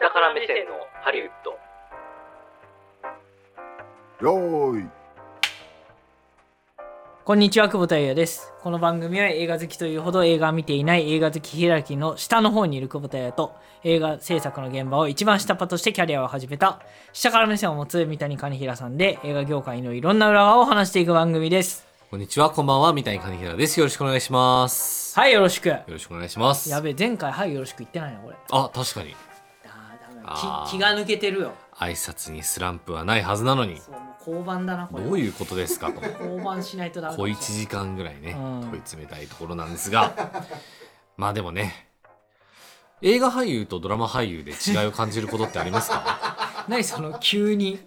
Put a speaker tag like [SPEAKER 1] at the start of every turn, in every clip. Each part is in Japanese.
[SPEAKER 1] 下から目線のハリウッド
[SPEAKER 2] よーい
[SPEAKER 3] こんにちは久保田裕也ですこの番組は映画好きというほど映画を見ていない映画好き開きの下の方にいる久保田裕也と映画制作の現場を一番下っ端としてキャリアを始めた下から目線を持つ三谷兼平さんで映画業界のいろんな裏側を話していく番組です
[SPEAKER 4] こんにちは、こんばんは、三谷兼平です。よろしくお願いします。
[SPEAKER 3] はいよろしく
[SPEAKER 4] よろしくお願いします。
[SPEAKER 3] やべ前回はいよろしく言ってないのこれ
[SPEAKER 4] あ、確かに。
[SPEAKER 3] あ
[SPEAKER 4] あ
[SPEAKER 3] ー
[SPEAKER 4] ー
[SPEAKER 3] 気気が抜けてるよ
[SPEAKER 4] 挨拶にスランプはないはずなのに、
[SPEAKER 3] そうもう交番だなこれ
[SPEAKER 4] どういうことですかと、
[SPEAKER 3] 交番しないとダメか
[SPEAKER 4] 小
[SPEAKER 3] もしれない
[SPEAKER 4] 一時間ぐらいね、
[SPEAKER 3] うん
[SPEAKER 4] 問い詰めたいところなんですが、まあでもね、映画俳優とドラマ俳優で違いを感じることってありますか
[SPEAKER 3] 何その急に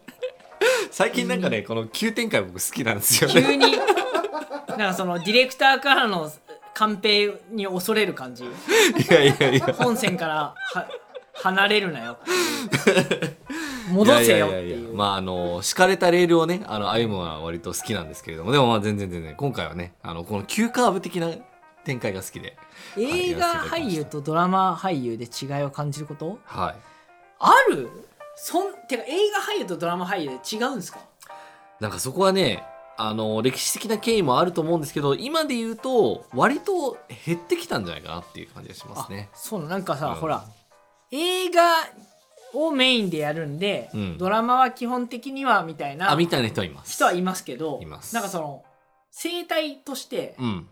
[SPEAKER 4] 最近なんかね、この急展開僕好きなんですよね。
[SPEAKER 3] 急になんかそのディレクターからのカンペに恐れる感じ
[SPEAKER 4] いやいやいや。
[SPEAKER 3] 本線からは離れるなよって いう戻せよっていう
[SPEAKER 4] ややややまああの敷かれたレールをねあの歩むは割と好きなんですけれどもでもまあ全然全然今回はねあのこの急カーブ的な展開が好きで
[SPEAKER 3] 映画俳優とドラマ俳優で違いを感じること
[SPEAKER 4] は
[SPEAKER 3] あるそんてか映画俳優とドラマ俳優で違うんですか
[SPEAKER 4] いなんかそこはねあの歴史的な経緯もあると思うんですけど今で言うと割と減ってきたんじゃないかなっていう感じがしますね
[SPEAKER 3] そうなのなんかさ、
[SPEAKER 4] うん
[SPEAKER 3] ほら映画をメインでやるんで、
[SPEAKER 4] うん
[SPEAKER 3] ドラマは基本的にはみたいな
[SPEAKER 4] あみたいな人はいます
[SPEAKER 3] 人はいますけど
[SPEAKER 4] います
[SPEAKER 3] なんかその生態として
[SPEAKER 4] うん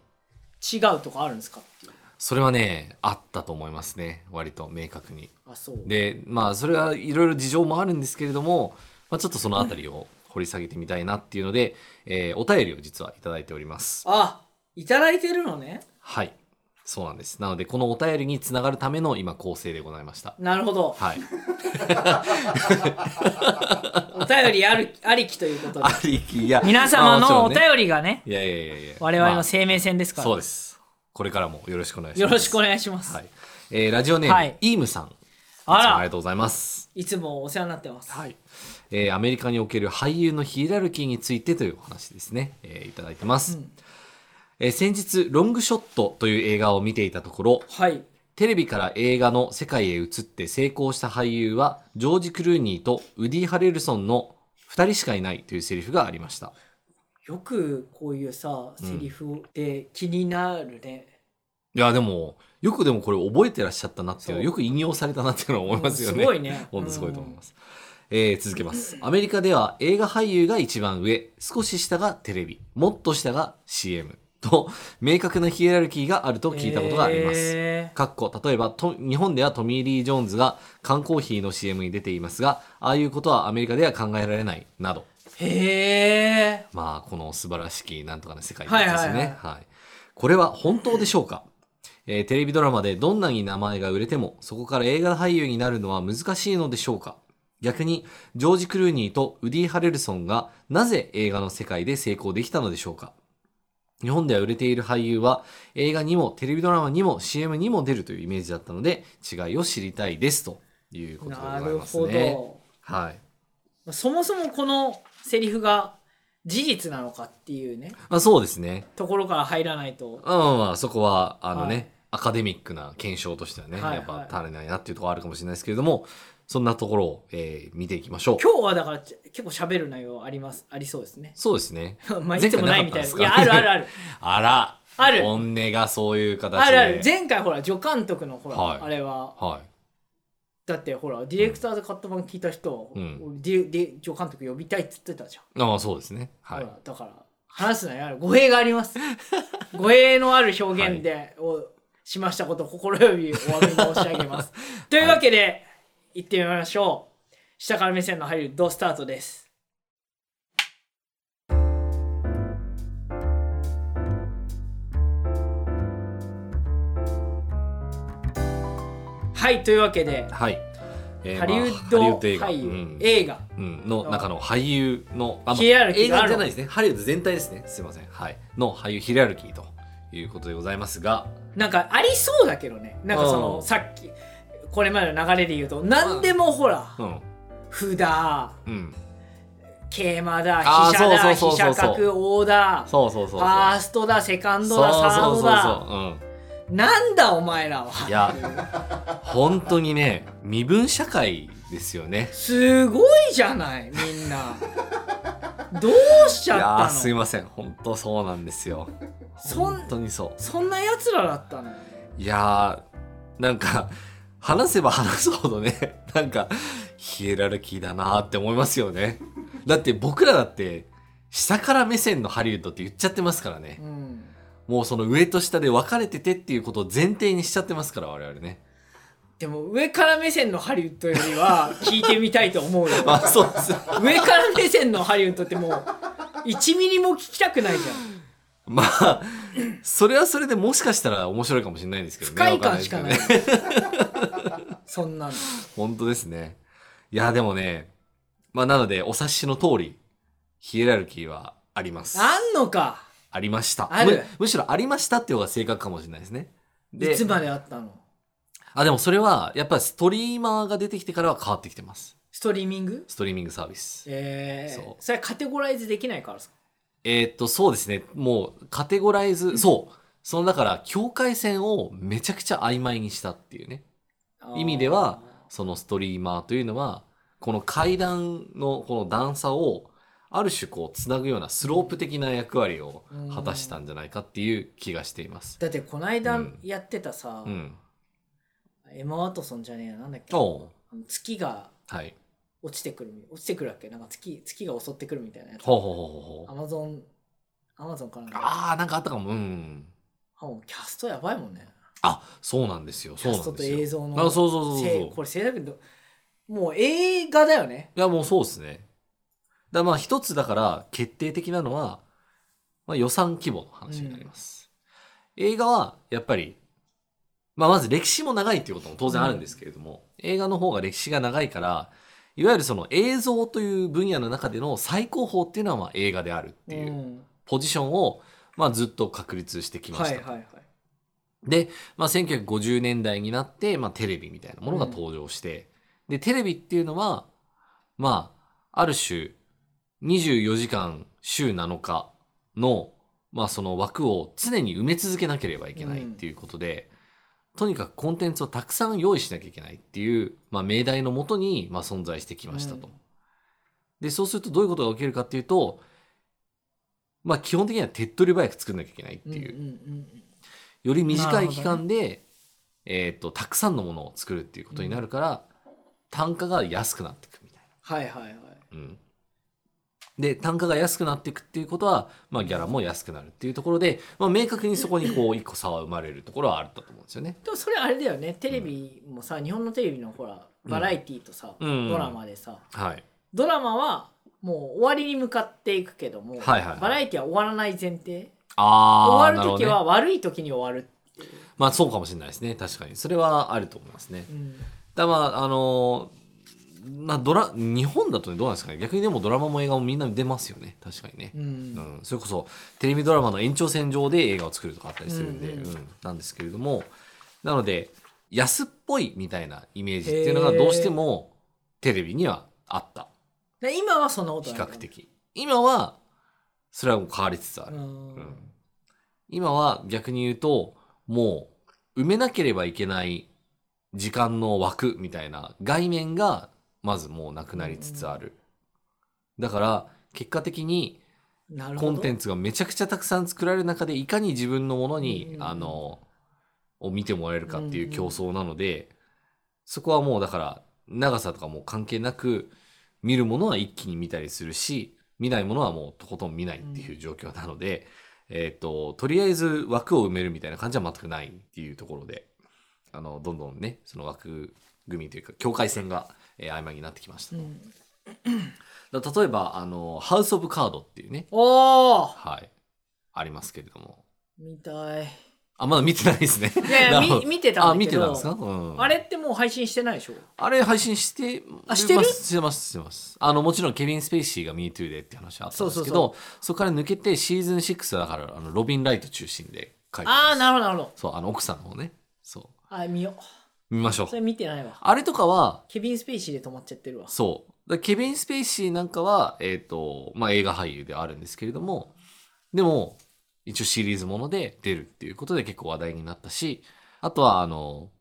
[SPEAKER 3] 違うとかあるんですかっていう
[SPEAKER 4] それはねあったと思いますね割と明確に
[SPEAKER 3] あそう
[SPEAKER 4] でまあそれはいろいろ事情もあるんですけれども、まあ、ちょっとそのあたりを掘り下げてみたいなっていうので、えーお便りを実はいただいております
[SPEAKER 3] あいただいてるのね
[SPEAKER 4] はいそうなんですなのでこのお便りにつながるための今構成でございました
[SPEAKER 3] なるほど
[SPEAKER 4] はい
[SPEAKER 3] お便りあるありきということで
[SPEAKER 4] ありきいや
[SPEAKER 3] 皆様
[SPEAKER 4] まあ
[SPEAKER 3] のお
[SPEAKER 4] もち
[SPEAKER 3] 便
[SPEAKER 4] ろんね
[SPEAKER 3] りがね
[SPEAKER 4] いやいやいやいや
[SPEAKER 3] 我々
[SPEAKER 4] まあ
[SPEAKER 3] の生命線ですから、
[SPEAKER 4] そうですこれからもよろしくお願いし
[SPEAKER 3] よ
[SPEAKER 4] ます
[SPEAKER 3] ろしくお
[SPEAKER 4] 願い
[SPEAKER 3] 願いします、
[SPEAKER 4] はいえーラジオネーム、
[SPEAKER 3] はい
[SPEAKER 4] イームさんいつも
[SPEAKER 3] あら
[SPEAKER 4] ありがとうございます
[SPEAKER 3] いつもお世話になってます、
[SPEAKER 4] はいえーアメリカにおける俳優のヒエラルキーについてというお話ですね、えーいただいてます、
[SPEAKER 3] うん
[SPEAKER 4] えー先日「ロングショット」という映画を見ていたところ
[SPEAKER 3] はい
[SPEAKER 4] テレビから映画の世界へ移って成功した俳優はジョージ・クルーニーとウディ・ハレルソンの2人しかいないというセリフがありました
[SPEAKER 3] よくこういうさ
[SPEAKER 4] うん
[SPEAKER 3] セリフで気になるね、
[SPEAKER 4] いやでもよくでもこれ覚えてらっしゃったなっていう
[SPEAKER 3] そう
[SPEAKER 4] よく引用されたなっていうのは思いますよね、
[SPEAKER 3] うんすごいね
[SPEAKER 4] 本当すごいと思います。えー続けます。アメリカでは映画俳優が一番上、少し下がテレビ、もっと下が CM と明確なヒエラルキーがあると聞いたことがあります。
[SPEAKER 3] え
[SPEAKER 4] かっこ例えばと日本ではトミー・リー・ジョーンズが缶コーヒーの CM に出ていますがああいうことはアメリカでは考えられないなど
[SPEAKER 3] ー、へ
[SPEAKER 4] まあこの素晴らしきなんとかの世界で
[SPEAKER 3] はいはいはい
[SPEAKER 4] すね。はい。これは本当でしょうか、えーテレビドラマでどんなに名前が売れてもそこから映画俳優になるのは難しいのでしょうか逆にジョージ・クルーニーとウディ・ハレルソンがなぜ映画の世界で成功できたのでしょうか日本では売れている俳優は映画にもテレビドラマにも CM にも出るというイメージだったので違いを知りたいですということでござ
[SPEAKER 3] ないる
[SPEAKER 4] ます
[SPEAKER 3] ほど、
[SPEAKER 4] ね。はい。
[SPEAKER 3] そもそもこのセリフが事実なのかっていうね
[SPEAKER 4] まあそうですね。
[SPEAKER 3] ところから入らないと
[SPEAKER 4] まあまあまあそこはあのね、
[SPEAKER 3] はい
[SPEAKER 4] アカデミックな検証としてはね、
[SPEAKER 3] はいはい
[SPEAKER 4] やっぱ足りないなっていうところはあるかもしれないですけれどもそんなところを、えー見ていきましょう
[SPEAKER 3] 今日はだからち結構喋る内容ありますありそうですね
[SPEAKER 4] そうですね
[SPEAKER 3] まあいつもないみたいな
[SPEAKER 4] 前
[SPEAKER 3] いやあ
[SPEAKER 4] 回
[SPEAKER 3] る
[SPEAKER 4] な
[SPEAKER 3] あ
[SPEAKER 4] かったんですか
[SPEAKER 3] るある
[SPEAKER 4] あら
[SPEAKER 3] ある
[SPEAKER 4] 本音がそういう形で
[SPEAKER 3] あるある前回ほら助監督のほら、
[SPEAKER 4] はい
[SPEAKER 3] あれは
[SPEAKER 4] は
[SPEAKER 3] だってほらディレクターでカット版聞いた人、
[SPEAKER 4] うん
[SPEAKER 3] 俺ディディ助監督呼びたいって言ってたじゃん、
[SPEAKER 4] いああそうですねはい
[SPEAKER 3] ほらだから話すなよ語弊があります 語弊のある表現で、をしましたことを心よりお詫び申し上げます というわけで、行ってみましょう下から目線の入るドスタートですはいというわけで
[SPEAKER 4] はい、えー
[SPEAKER 3] ハリウッ
[SPEAKER 4] まあハリウ
[SPEAKER 3] ド
[SPEAKER 4] ッド映画
[SPEAKER 3] 俳優、
[SPEAKER 4] うん
[SPEAKER 3] 映画
[SPEAKER 4] うんの中の俳優のあまあ
[SPEAKER 3] ヒエラルキー
[SPEAKER 4] 映
[SPEAKER 3] があ
[SPEAKER 4] 画
[SPEAKER 3] る
[SPEAKER 4] じゃないですねハリウッド全体ですねすいませんはいの俳優ヒエラルキーということでございますが
[SPEAKER 3] なんかありそうだけどねなんかその
[SPEAKER 4] うん
[SPEAKER 3] さっきこれまでの流れで言うと何でもほら
[SPEAKER 4] うん
[SPEAKER 3] 札だ
[SPEAKER 4] うん
[SPEAKER 3] 桂馬だ
[SPEAKER 4] あー
[SPEAKER 3] 飛車だ
[SPEAKER 4] そう
[SPEAKER 3] 飛
[SPEAKER 4] そうそうそ
[SPEAKER 3] 車
[SPEAKER 4] う
[SPEAKER 3] 角王だ
[SPEAKER 4] そうそうそう
[SPEAKER 3] フ
[SPEAKER 4] そう
[SPEAKER 3] ァーストだセカンドだサード
[SPEAKER 4] そうそう
[SPEAKER 3] だ
[SPEAKER 4] そう
[SPEAKER 3] なんだお前らはい
[SPEAKER 4] や本当にね身分社会ですよね
[SPEAKER 3] すごいじゃないみん などうしち
[SPEAKER 4] い
[SPEAKER 3] ゃ
[SPEAKER 4] やー
[SPEAKER 3] った
[SPEAKER 4] すい
[SPEAKER 3] の
[SPEAKER 4] ません本当そうなんですよ
[SPEAKER 3] そ
[SPEAKER 4] 本
[SPEAKER 3] ん
[SPEAKER 4] 当にそ
[SPEAKER 3] そんなやつらだったの
[SPEAKER 4] ういやーなんか話せば 話すほどねなんかヒエラルキーだなーって思いますよねだって僕らだって下から目線のハリウッドって言っちゃってますからね
[SPEAKER 3] うん
[SPEAKER 4] もうその上と下で分かれててっていうことを前提にしちゃってますから我々ね
[SPEAKER 3] でも上から目線のハリウッドよりは聞いてみたいと思うよ
[SPEAKER 4] あそうです
[SPEAKER 3] 上から目線のハリウッドってもう1ミリも聞きたくないじゃん
[SPEAKER 4] まあそれはそれでもしかしたら面白いかもしれないですけど
[SPEAKER 3] 不
[SPEAKER 4] ね
[SPEAKER 3] 快
[SPEAKER 4] わん
[SPEAKER 3] 感
[SPEAKER 4] で
[SPEAKER 3] し
[SPEAKER 4] すけ
[SPEAKER 3] か
[SPEAKER 4] ど
[SPEAKER 3] ない
[SPEAKER 4] ね
[SPEAKER 3] そんなの
[SPEAKER 4] 本当ですね。いや、でもね、まあ、なので、お察しの通り、ヒエラルキーはあります。
[SPEAKER 3] あ
[SPEAKER 4] あ
[SPEAKER 3] んのか
[SPEAKER 4] りました
[SPEAKER 3] ある
[SPEAKER 4] む。むしろありましたっていう方が正確かもしれないですね。
[SPEAKER 3] い
[SPEAKER 4] で
[SPEAKER 3] つ、まであったの
[SPEAKER 4] あ、でもそれは、やっぱりストリーマーが出てきてからは変わってきてます。
[SPEAKER 3] ストリーミング
[SPEAKER 4] ストリーミングサービス。
[SPEAKER 3] えー、
[SPEAKER 4] そう
[SPEAKER 3] それカテゴライズできないからさ
[SPEAKER 4] えーっと、そうですね。もう、カテゴライズ、そう。その、だから、境界線をめちゃくちゃ曖昧にしたっていうね。意味ではそのストリーマーというのはこの階段のこの段差をある種こうつなぐようなスロープ的な役割を果たしたんじゃないかっていう気がしています。
[SPEAKER 3] だってこないだ
[SPEAKER 4] うん
[SPEAKER 3] やってたさ、
[SPEAKER 4] うん。
[SPEAKER 3] エマ・ワトソンじゃねえやなんだっけ
[SPEAKER 4] おう
[SPEAKER 3] あの月が
[SPEAKER 4] はい。
[SPEAKER 3] 落ちてくる落ちてくるわけなんか月月が襲ってくるみたいなやつ
[SPEAKER 4] ほうほうほうほう
[SPEAKER 3] ア
[SPEAKER 4] ほう。
[SPEAKER 3] マゾンアマゾンかなんか
[SPEAKER 4] ああなんかあったかも。うん。
[SPEAKER 3] あもうキャストやばいもんね
[SPEAKER 4] あそうなんですよ。そうなんですよ。
[SPEAKER 3] キャストと映像の
[SPEAKER 4] あそうそうそう
[SPEAKER 3] せ
[SPEAKER 4] そ。
[SPEAKER 3] いうこれ制作どもう映画だよね、
[SPEAKER 4] いやもうそうですね。だからまあ一つだから決定的なのは、まあ、予算規模の話になります。映画はやっぱり、まあ、まず歴史も長いっていうことも当然あるんですけれども、映画の方が歴史が長いからいわゆるその映像という分野の中での最高峰っていうのはまあ映画であるっていううんポジションを、まあ、ずっと確立してきま
[SPEAKER 3] は
[SPEAKER 4] し
[SPEAKER 3] い
[SPEAKER 4] た。
[SPEAKER 3] はいはい
[SPEAKER 4] で、まあ、1950年代になって、まあ、テレビみたいなものが登場して、でテレビっていうのはまあある種24時間週7日の,、まあその枠を常に埋め続けなければいけないっていうことで、とにかくコンテンツをたくさん用意しなきゃいけないっていう、まあ、命題のもとに、まあ、存在してきましたと。
[SPEAKER 3] うん
[SPEAKER 4] でそうするとどういうことが起きるかっていうと、まあ、基本的には手っ取り早く作んなきゃいけないっていう。
[SPEAKER 3] うんうん
[SPEAKER 4] より短い期間で、えー、とたくさんのものを作るっていうことになるから、単価が安くなっていくみたい
[SPEAKER 3] はいはいはい
[SPEAKER 4] な。うん、で単価が安くなっていくっていうことは、まあ、ギャラも安くなるっていうところで、まあ、明確にそこにこう一個差は生まれるところはあったと思うんですよね。
[SPEAKER 3] でもそれあれだよねテレビもさ、日本のテレビのほらバラエティーとさ、
[SPEAKER 4] うん
[SPEAKER 3] ドラマでさ
[SPEAKER 4] はい、
[SPEAKER 3] ドラマはもう終わりに向かっていくけども、
[SPEAKER 4] はいはいはい
[SPEAKER 3] バラエティーは終わらない前提
[SPEAKER 4] あー
[SPEAKER 3] 終わ
[SPEAKER 4] な
[SPEAKER 3] る
[SPEAKER 4] ほど
[SPEAKER 3] 時
[SPEAKER 4] ね
[SPEAKER 3] は悪い時に終わる、
[SPEAKER 4] まあそうかもしれないですね確かにそれはあると思いますね。
[SPEAKER 3] うん
[SPEAKER 4] だまああのーまあ、ドラ日本だとねどうなんですかね逆にでもドラマも映画もみんな出ますよね確かにね。
[SPEAKER 3] うん
[SPEAKER 4] うん、それこそテレビドラマの延長線上で映画を作るとかあったりするんで、
[SPEAKER 3] うんうん
[SPEAKER 4] うんなんですけれどもなので安っぽいみたいなイメージっていうのがどうしてもテレビにはあった
[SPEAKER 3] で今はそんなこと
[SPEAKER 4] 比
[SPEAKER 3] ないの
[SPEAKER 4] 較的今はそれはもう変わりつつあ
[SPEAKER 3] う
[SPEAKER 4] る、
[SPEAKER 3] ん
[SPEAKER 4] うん今は逆に言うともう埋めなければいけない時間の枠みたいな概念がまずもうなくなりつつある、だから結果的に
[SPEAKER 3] なるほ
[SPEAKER 4] コ
[SPEAKER 3] ど
[SPEAKER 4] ンテンツがめちゃくちゃたくさん作られる中でいかに自分のものに、
[SPEAKER 3] うん
[SPEAKER 4] あのを見てもらえるかってい
[SPEAKER 3] ん
[SPEAKER 4] う
[SPEAKER 3] う
[SPEAKER 4] うん競争なので、そこはもうだから長さとかもう関係なく見るものは一気に見たりするし見ないものはもうとことん見ないっていう状況なので、えっ、ととりあえず枠を埋めるみたいな感じは全くないっていうところであのどんどんねその枠組みというか境界線が、えー曖昧になってきました
[SPEAKER 3] う
[SPEAKER 4] と、
[SPEAKER 3] ん
[SPEAKER 4] だから例えばあの「ハウス・オブ・カード」っていうね
[SPEAKER 3] おー
[SPEAKER 4] はい。ありますけれども。
[SPEAKER 3] 見たい
[SPEAKER 4] あ、まだ見てないですね。
[SPEAKER 3] いやいや
[SPEAKER 4] なるほど
[SPEAKER 3] み見てたん
[SPEAKER 4] あ、
[SPEAKER 3] だ
[SPEAKER 4] 見
[SPEAKER 3] け
[SPEAKER 4] てたん
[SPEAKER 3] ど
[SPEAKER 4] ですか、うん、
[SPEAKER 3] あれってもう配信してないでしょ
[SPEAKER 4] あれ配信して、
[SPEAKER 3] あしてる
[SPEAKER 4] ますしてます、してます。あの、もちろんケビン・スペイシーが MeToo でって話あったんですけど、そ
[SPEAKER 3] そう
[SPEAKER 4] こから抜けてシーズン6だから、あのロビン・ライト中心で書いてます
[SPEAKER 3] ああなるほどなるほど
[SPEAKER 4] そう、あの奥さんの方ね。そ
[SPEAKER 3] あ見よ
[SPEAKER 4] う。見ましょう
[SPEAKER 3] うそ。れ見てないわ
[SPEAKER 4] あれとかは、
[SPEAKER 3] ケビン・スペイシーで止まっちゃってるわ
[SPEAKER 4] そう。だケビン・スペイシーなんかは、えっ、と、まあ、映画俳優ではあるんですけれども、でも、一応シリーズもので出るっていうことで結構話題になったし、あとはあの、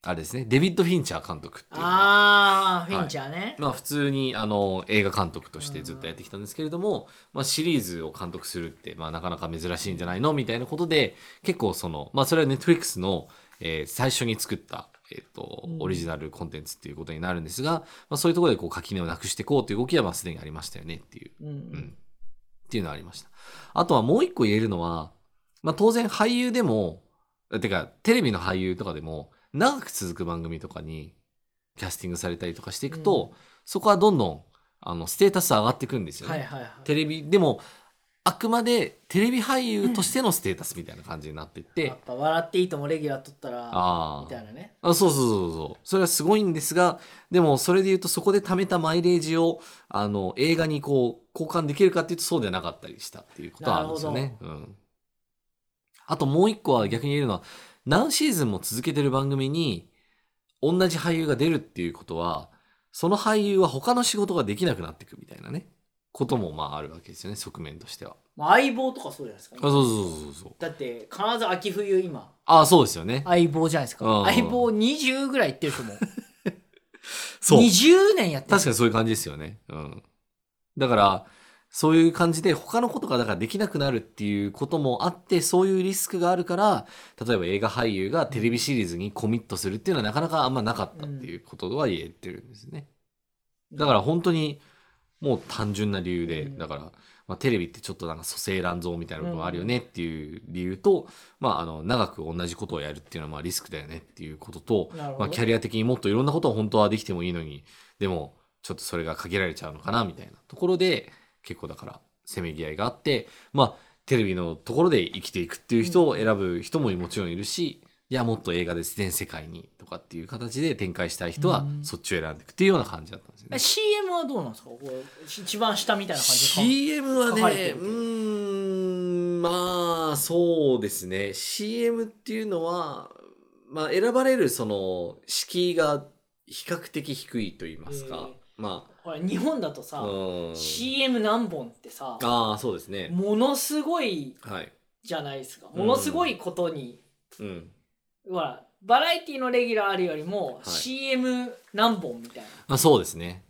[SPEAKER 4] あれですね、デビッド・フィンチャー監督っていうのは
[SPEAKER 3] あーフィンチャーね、
[SPEAKER 4] まあ普通にあの映画監督としてずっとやってきたんですけれども、まあシリーズを監督するって、まあなかなか珍しいんじゃないのみたいなことで、結構その、まあそれは Netflix の、えー最初に作った、えっ、と
[SPEAKER 3] うん、
[SPEAKER 4] オリジナルコンテンツっていうことになるんですが、まあそういうところでこう垣根をなくしていこうという動きはまあすでにありましたよねっていう。
[SPEAKER 3] うんう
[SPEAKER 4] うんんっていうのはありました。あとはもう一個言えるのは、まあ当然俳優でも、てかテレビの俳優とかでも、長く続く番組とかにキャスティングされたりとかしていくと、そこはどんどんあのステータス上がっていくんですよね。
[SPEAKER 3] はいはいはい
[SPEAKER 4] テレビ、でも、あくまでテレビ俳優としてのステータスみたいな感じになっていって、
[SPEAKER 3] やっぱ「笑っていいとも」レギュラー取ったら
[SPEAKER 4] あ
[SPEAKER 3] み
[SPEAKER 4] ー
[SPEAKER 3] たいなね
[SPEAKER 4] あそうそうそうそう。それはすごいんですが、でもそれで言うとそこで貯めたマイレージを、あの、映画にこう、交換できるかっていうとそうではなかったりしたっていうことはあるんですよね。うん。あともう一個は逆に言えるのは、何シーズンも続けてる番組に、同じ俳優が出るっていうことは、その俳優は他の仕事ができなくなっていくみたいなね、こともまああるわけですよね、側面としては。
[SPEAKER 3] まあ相棒とかそうじゃないですか、
[SPEAKER 4] あそうそうそうそう。
[SPEAKER 3] だって必ず秋冬今
[SPEAKER 4] あそうですよね。
[SPEAKER 3] 相棒じゃないですか、
[SPEAKER 4] うん
[SPEAKER 3] 相棒20ぐらいいってると思う
[SPEAKER 4] そう。
[SPEAKER 3] 20年やってる
[SPEAKER 4] 確かにそういう感じですよね。うん。だから、そういう感じで他のことがだからできなくなるっていうこともあって、そういうリスクがあるから、例えば映画俳優がテレビシリーズにコミットするっていうのはなかなかあんまなかったっていうことは言えてるんですね。だから本当にもう単純な理由で、
[SPEAKER 3] うん
[SPEAKER 4] だから、まあ、テレビってちょっとなんか蘇生乱造みたいな部分あるよねっていう理由と、まあ、あの長く同じことをやるっていうのはまあリスクだよねっていうことと、
[SPEAKER 3] なるほど
[SPEAKER 4] まあ、キャリア的にもっといろんなことを本当はできてもいいのにでもちょっとそれが限られちゃうのかなみたいなところで結構だからせめぎ合いがあってまあテレビのところで生きていくっていう人を選ぶ人ももちろんいるし、いやもっと映画で全世界にとかっていう形で展開したい人は
[SPEAKER 3] うん
[SPEAKER 4] そっちを選んでいくっていうような感じだったんですよね。
[SPEAKER 3] CM はどうなんですかこう一番下みたいな感じですか
[SPEAKER 4] CM はね
[SPEAKER 3] 書かれてる
[SPEAKER 4] うーんまあそうですね CM っていうのは、まあ、選ばれるその敷居が比較的低いと言いますか、ま
[SPEAKER 3] ほら日本だとさ、
[SPEAKER 4] あうん
[SPEAKER 3] CM 何本ってさ
[SPEAKER 4] ああそうですね
[SPEAKER 3] ものすごい
[SPEAKER 4] はい、
[SPEAKER 3] じゃないですか
[SPEAKER 4] うん
[SPEAKER 3] ものすごいことに、
[SPEAKER 4] うん、
[SPEAKER 3] ほらバラエティのレギュラーあるよりも
[SPEAKER 4] い
[SPEAKER 3] CM 何本みたいな、
[SPEAKER 4] まあそうですね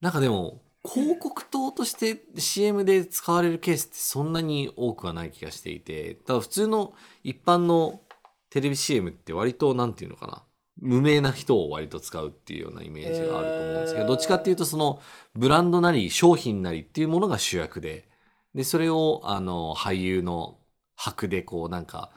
[SPEAKER 4] なんかでも広告塔として CM で使われるケースってそんなに多くはない気がしていてただ普通の一般のテレビ CM って割となんていうのかな無名な人を割と使うっていうようなイメージがあると思うんですけど、
[SPEAKER 3] へー
[SPEAKER 4] どっちかっていうとそのブランドなり商品なりっていうものが主役ででそれをあの俳優の箔でこうなんか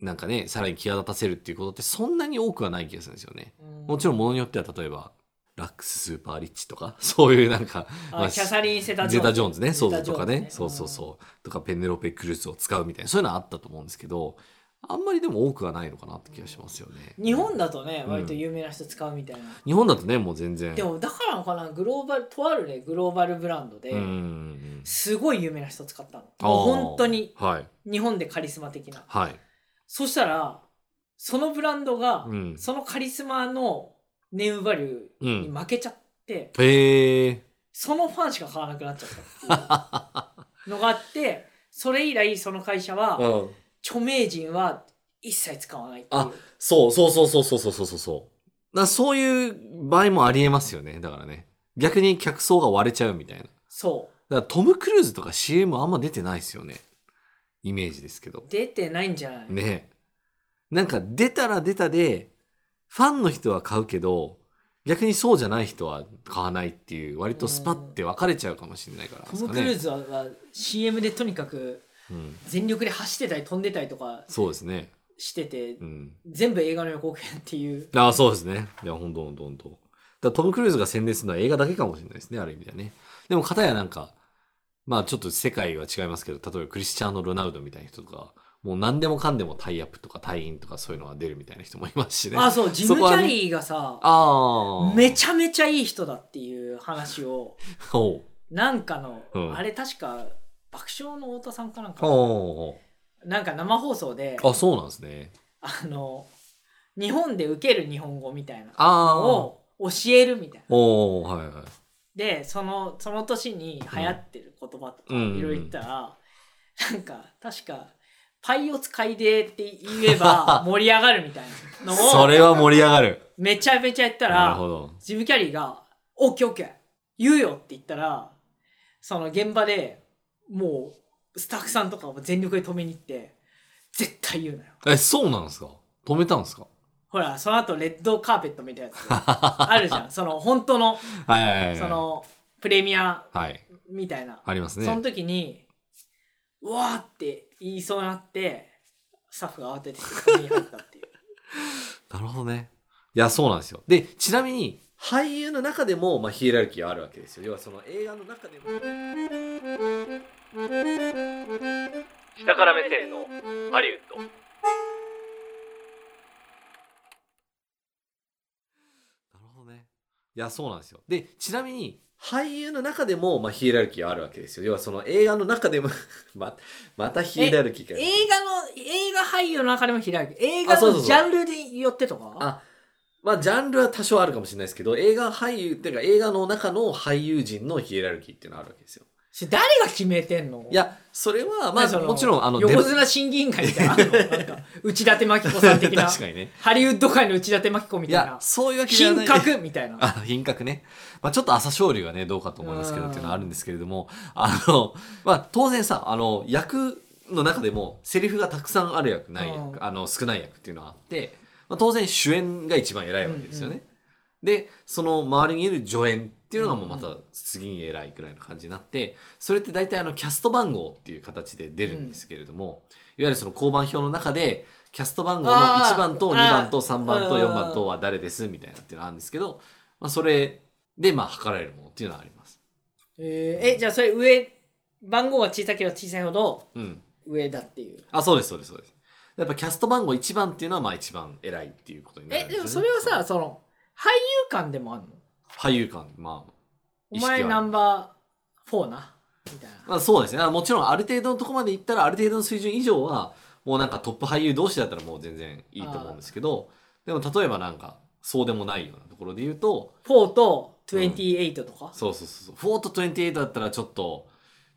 [SPEAKER 4] なんかねさらに際立たせるっていうことってそんなに多くはない気がするんですよね。もちろんものによっては例えばラックススーパーリッチとか そういうなんか
[SPEAKER 3] あ
[SPEAKER 4] まあ
[SPEAKER 3] キャサリン・セタ・ジ
[SPEAKER 4] ゼ
[SPEAKER 3] ョーンズ
[SPEAKER 4] タ・ジョーンズねそうそう
[SPEAKER 3] ゼ
[SPEAKER 4] と
[SPEAKER 3] タ
[SPEAKER 4] か
[SPEAKER 3] ジョーンズ
[SPEAKER 4] ねそうそうそうとかペネロペ・クルーズを使うみたいなそういうのはあったと思うんですけどあんまりでも多くはないのかなって気がしますよね
[SPEAKER 3] 日本だとね
[SPEAKER 4] うん
[SPEAKER 3] 割と有名な人使うみたいな、
[SPEAKER 4] 日本だとねもう全然
[SPEAKER 3] でもだからなのかなグローバルとあるねグローバルブランドで、
[SPEAKER 4] うん
[SPEAKER 3] すごい有名な人使ったの
[SPEAKER 4] あー
[SPEAKER 3] もう本当に
[SPEAKER 4] はい
[SPEAKER 3] 日本でカリスマ的な
[SPEAKER 4] はい
[SPEAKER 3] そしたらそのブランドが、
[SPEAKER 4] うん
[SPEAKER 3] そのカリスマのネームバリューに負けちゃって、
[SPEAKER 4] へえ
[SPEAKER 3] そのファンしか買わなくなっちゃったっ ていうのがあってそれ以来その会社は
[SPEAKER 4] うん
[SPEAKER 3] 著名人は一切使わないっていう
[SPEAKER 4] あそうそうそうそうそうそうそうそうそうだそういう場合もありえますよねだからね逆に客層が割れちゃうみたいな
[SPEAKER 3] そ
[SPEAKER 4] だからトム・クルーズとか CM あんま出てないですよね。イメージですけど
[SPEAKER 3] う。出てないんじゃない、
[SPEAKER 4] ねなんか出たら出たで、ファンの人は買うけど、逆にそうじゃない人は買わないっていう、割とスパって分かれちゃうかもしれないからなんで
[SPEAKER 3] ト
[SPEAKER 4] す
[SPEAKER 3] ム・
[SPEAKER 4] か
[SPEAKER 3] ク
[SPEAKER 4] ね。
[SPEAKER 3] ルーズは、は CM でとにかく
[SPEAKER 4] うん。
[SPEAKER 3] 全力で走ってたり飛んでたりとか
[SPEAKER 4] そうですね。
[SPEAKER 3] してて
[SPEAKER 4] うん。
[SPEAKER 3] 全部映画の予告編っていう
[SPEAKER 4] ああ、そうですね。いや、ほんとほんとほんと。だからトム・クルーズが宣伝するのは映画だけかもしれないですね、ある意味ではね。でも、片やなんか、まあちょっと世界は違いますけど、例えばクリスチャーノ・ロナウドみたいな人とか、もう何でもかんでもタイアップとか退院とかそういうのは出るみたいな人もいますしね。
[SPEAKER 3] あ
[SPEAKER 4] あ
[SPEAKER 3] そうジ
[SPEAKER 4] そ
[SPEAKER 3] ム・キ
[SPEAKER 4] こはね
[SPEAKER 3] ャリーがさ
[SPEAKER 4] あ。
[SPEAKER 3] めちゃめちゃいい人だっていう話を
[SPEAKER 4] ゃ。おう
[SPEAKER 3] なんかの、
[SPEAKER 4] うん
[SPEAKER 3] あれ確か爆笑の太田さんかなんか
[SPEAKER 4] おう
[SPEAKER 3] なんか生放送で
[SPEAKER 4] おうあ、そうなんですね。
[SPEAKER 3] あの日本で受ける日本語みたいな
[SPEAKER 4] ああ。
[SPEAKER 3] のを教えるみたいな。
[SPEAKER 4] おうはいはい。
[SPEAKER 3] でそのその年に流行ってる言葉とか
[SPEAKER 4] うん
[SPEAKER 3] いろいろ言ったら、なんか確かパイを使いでって言え ば盛り上がるみたいなの
[SPEAKER 4] そ
[SPEAKER 3] を
[SPEAKER 4] れは盛り上がる。
[SPEAKER 3] めちゃめちゃやった
[SPEAKER 4] なる
[SPEAKER 3] ら
[SPEAKER 4] ほど。
[SPEAKER 3] ジム・キャリーが「オッケーオッケー言うよ」って言ったらその現場でもうスタッフさんとかを全力で止めに行って絶対言うなよ
[SPEAKER 4] え、そうなんですか止めたんですか
[SPEAKER 3] ほらその後レッドカーペットみたいなやつあるじ ゃんその本当の
[SPEAKER 4] はいはいはい。
[SPEAKER 3] そ、のプレミア
[SPEAKER 4] はい。
[SPEAKER 3] みたいな
[SPEAKER 4] あります
[SPEAKER 3] その
[SPEAKER 4] ね。
[SPEAKER 3] 時に「うわ!」って言いそうになってスタッフが慌 てて止めに入ったっていう
[SPEAKER 4] なるほどね。いや、そうなんですよ。で、ちなみに、俳優の中でも、まあ、ヒエラルキーはあるわけですよ。要はその映画の中でも。
[SPEAKER 1] 下から目線のハリウッド
[SPEAKER 4] なるほどね。いや、そうなんですよ。で、ちなみに、俳優の中でも、まあ、ヒエラルキーはあるわけですよ。要はその映画の中でも ま、またヒエラルキーかよ
[SPEAKER 3] 映画の映画俳優の中でも開く映画
[SPEAKER 4] あそうそ
[SPEAKER 3] の
[SPEAKER 4] うそう
[SPEAKER 3] ジャンルによってとか
[SPEAKER 4] あまあ、ジャンルは多少あるかもしれないですけど、映画俳優、っていうか映画の中の俳優陣のヒエラルキーっていうのはあるわけですよ。
[SPEAKER 3] それ誰が決めてんの
[SPEAKER 4] いや、それは、ま
[SPEAKER 3] 何
[SPEAKER 4] あ、
[SPEAKER 3] その
[SPEAKER 4] もちろん、あの、
[SPEAKER 3] 横
[SPEAKER 4] 出る
[SPEAKER 3] 綱審議委員会みたい なのあんのなんか内館真紀子さん的な
[SPEAKER 4] 確かにね。
[SPEAKER 3] ハリウッド界の内館真紀子み
[SPEAKER 4] い
[SPEAKER 3] たい
[SPEAKER 4] や
[SPEAKER 3] な、
[SPEAKER 4] そういうわけじゃ
[SPEAKER 3] 品
[SPEAKER 4] ない。
[SPEAKER 3] 格みた いな
[SPEAKER 4] あ、品格ね。まあ、ちょっと朝青龍はね、どうかと思いますけど
[SPEAKER 3] うん
[SPEAKER 4] っていうのはあるんですけれども、あの、まあ、当然さ、あの、役の中でも、セリフがたくさんある役、ない
[SPEAKER 3] うん
[SPEAKER 4] 役、あの、少ない役っていうのはあって、まあ、当然主演が一番偉いわけですよね。で、その周りにいる助演っていうのがもうまた次に偉いくらいの感じになって、それって大体あの、キャスト番号っていう形で出るんですけれども、いわゆるその交番表の中で、キャスト番号の1番と2番と3番と4番とは誰ですみたいなっていうのがあるんですけど、まあ、それでまあ測られるものっていうのはあります。
[SPEAKER 3] えーえじゃあそれ上番号が小さければ小さいほど
[SPEAKER 4] うん。
[SPEAKER 3] 上だっていう
[SPEAKER 4] あ、そうです、そうです、そうです。やっぱキャスト番号1番っていうのはまあ一番偉いっていうことになる
[SPEAKER 3] え
[SPEAKER 4] ん
[SPEAKER 3] でも
[SPEAKER 4] す
[SPEAKER 3] そ
[SPEAKER 4] よ
[SPEAKER 3] れ
[SPEAKER 4] ね
[SPEAKER 3] はさ、その俳優感でもあるの
[SPEAKER 4] 俳優間、まあ、
[SPEAKER 3] お
[SPEAKER 4] 意識はあ
[SPEAKER 3] 前
[SPEAKER 4] る
[SPEAKER 3] ナンバー4なみたいな
[SPEAKER 4] まあそうですね。あもちろんある程度のとこまで行ったら、ある程度の水準以上は、もうなんかトップ俳優同士だったらもう全然いいと思うんですけど、でも例えばなんか、そうでもないようなところで言うと、
[SPEAKER 3] 4と28とか、
[SPEAKER 4] そうそうそうそう、4と28だったらちょっと、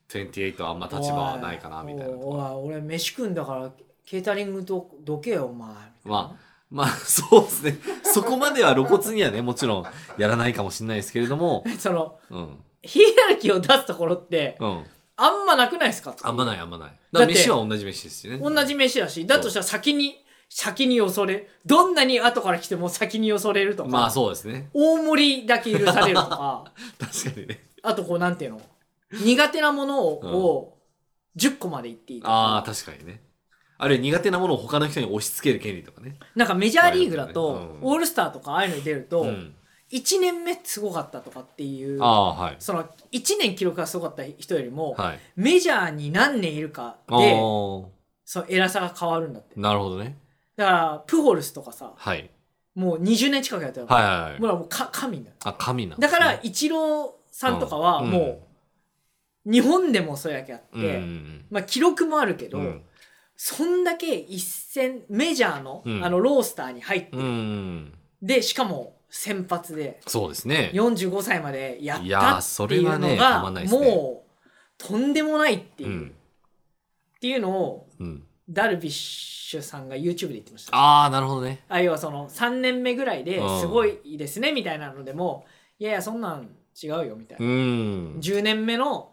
[SPEAKER 4] 28はあんま立場はないかな、みたいなと
[SPEAKER 3] お
[SPEAKER 4] こ
[SPEAKER 3] いおい俺飯食うんだからケータリングとどけよお前
[SPEAKER 4] まあ、まあ、 そうですね。そこまでは露骨にはね、もちろんやらないかもしれないですけれども、
[SPEAKER 3] その
[SPEAKER 4] うん。
[SPEAKER 3] ヒエラルキーを出すところって
[SPEAKER 4] うん。
[SPEAKER 3] あんまなくないですか
[SPEAKER 4] あんまない、あんまない。だ
[SPEAKER 3] だ
[SPEAKER 4] か
[SPEAKER 3] っ
[SPEAKER 4] ら
[SPEAKER 3] て
[SPEAKER 4] 飯は同じ飯ですよね。
[SPEAKER 3] 同じ飯だしだとしたら先に先によそれどんなに後から来ても先によそれるとか、
[SPEAKER 4] まあそうですね。
[SPEAKER 3] 大盛りだけ許されるとか
[SPEAKER 4] 確かにね。
[SPEAKER 3] あとこうなんていうの苦手なものを10個までいっていいとか、
[SPEAKER 4] ああ、確かにね。あるいは苦手なものを他の人に押し付ける権利とかね。
[SPEAKER 3] なんかメジャーリーグだと、
[SPEAKER 4] うん
[SPEAKER 3] オールスターとかああいうのに出ると、
[SPEAKER 4] うん。
[SPEAKER 3] 1年目すごかったとかっていう
[SPEAKER 4] ああ、はい。
[SPEAKER 3] その1年記録がすごかった人よりも、
[SPEAKER 4] はい。
[SPEAKER 3] メジャーに何年いるか
[SPEAKER 4] ああ
[SPEAKER 3] でその偉さが変わるんだって
[SPEAKER 4] なるほどね。
[SPEAKER 3] だからプホルスとかさ
[SPEAKER 4] はい。
[SPEAKER 3] もう20年近くやってる、
[SPEAKER 4] はいはいはい。
[SPEAKER 3] もうもうか神だよ
[SPEAKER 4] あ、神なんで
[SPEAKER 3] だ
[SPEAKER 4] すね
[SPEAKER 3] から、イチローさんとかは
[SPEAKER 4] うん
[SPEAKER 3] もう日本でもそうやけあって、
[SPEAKER 4] うんうん
[SPEAKER 3] まあ、記録もあるけ
[SPEAKER 4] う
[SPEAKER 3] ど、
[SPEAKER 4] んうん。
[SPEAKER 3] そんだけ一戦メジャーの,、
[SPEAKER 4] うん
[SPEAKER 3] あのロースターに入って、
[SPEAKER 4] うんうん。
[SPEAKER 3] でしかも先発で
[SPEAKER 4] そうですね。
[SPEAKER 3] 45歳までやっ
[SPEAKER 4] いや
[SPEAKER 3] た
[SPEAKER 4] ー
[SPEAKER 3] っ
[SPEAKER 4] そ
[SPEAKER 3] て
[SPEAKER 4] れ
[SPEAKER 3] いう
[SPEAKER 4] は
[SPEAKER 3] の
[SPEAKER 4] ねた
[SPEAKER 3] が
[SPEAKER 4] まんないですね
[SPEAKER 3] もうとんでもないっていうう、っ
[SPEAKER 4] ん。
[SPEAKER 3] ていうのを
[SPEAKER 4] うん。
[SPEAKER 3] ダルビッシュさんが YouTube で言ってました。
[SPEAKER 4] ああ、なるほどね。
[SPEAKER 3] あ要はその3年目ぐらいですごいですねみたいなのでも、いやいやそんなん違うよみたいうな、
[SPEAKER 4] ん。
[SPEAKER 3] 10年目の